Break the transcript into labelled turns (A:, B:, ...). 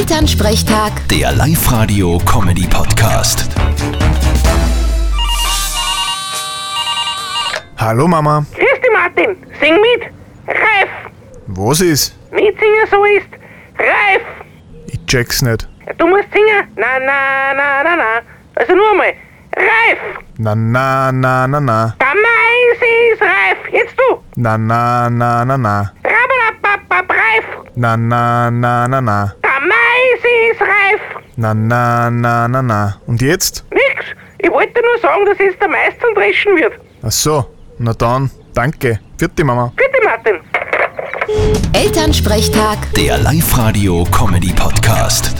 A: Elternsprechtag,
B: Der Live-Radio-Comedy-Podcast.
C: Hallo Mama,
D: Grüß dich, Martin. Sing mit. Reif.
C: was ist?
D: Mitsingen so ist. Reif.
C: Ich check's nicht.
D: Du musst singen. Na, na, na, na, na. Also nur einmal. Reif.
C: Na na na na na,
D: Der Mais ist reif. Jetzt du.
C: na na na na na,
D: Rabarababab reif.
C: na na na na na,
D: Der Mais ist reif.
C: na na na na na. Und jetzt?
D: Nix. Ich wollte nur sagen, dass jetzt der Mais zum Dreschen wird.
C: Ach so, na dann, danke. Vierte Mama.
D: Bitte, Martin.
A: Elternsprechtag.
B: Der Live-Radio-Comedy-Podcast.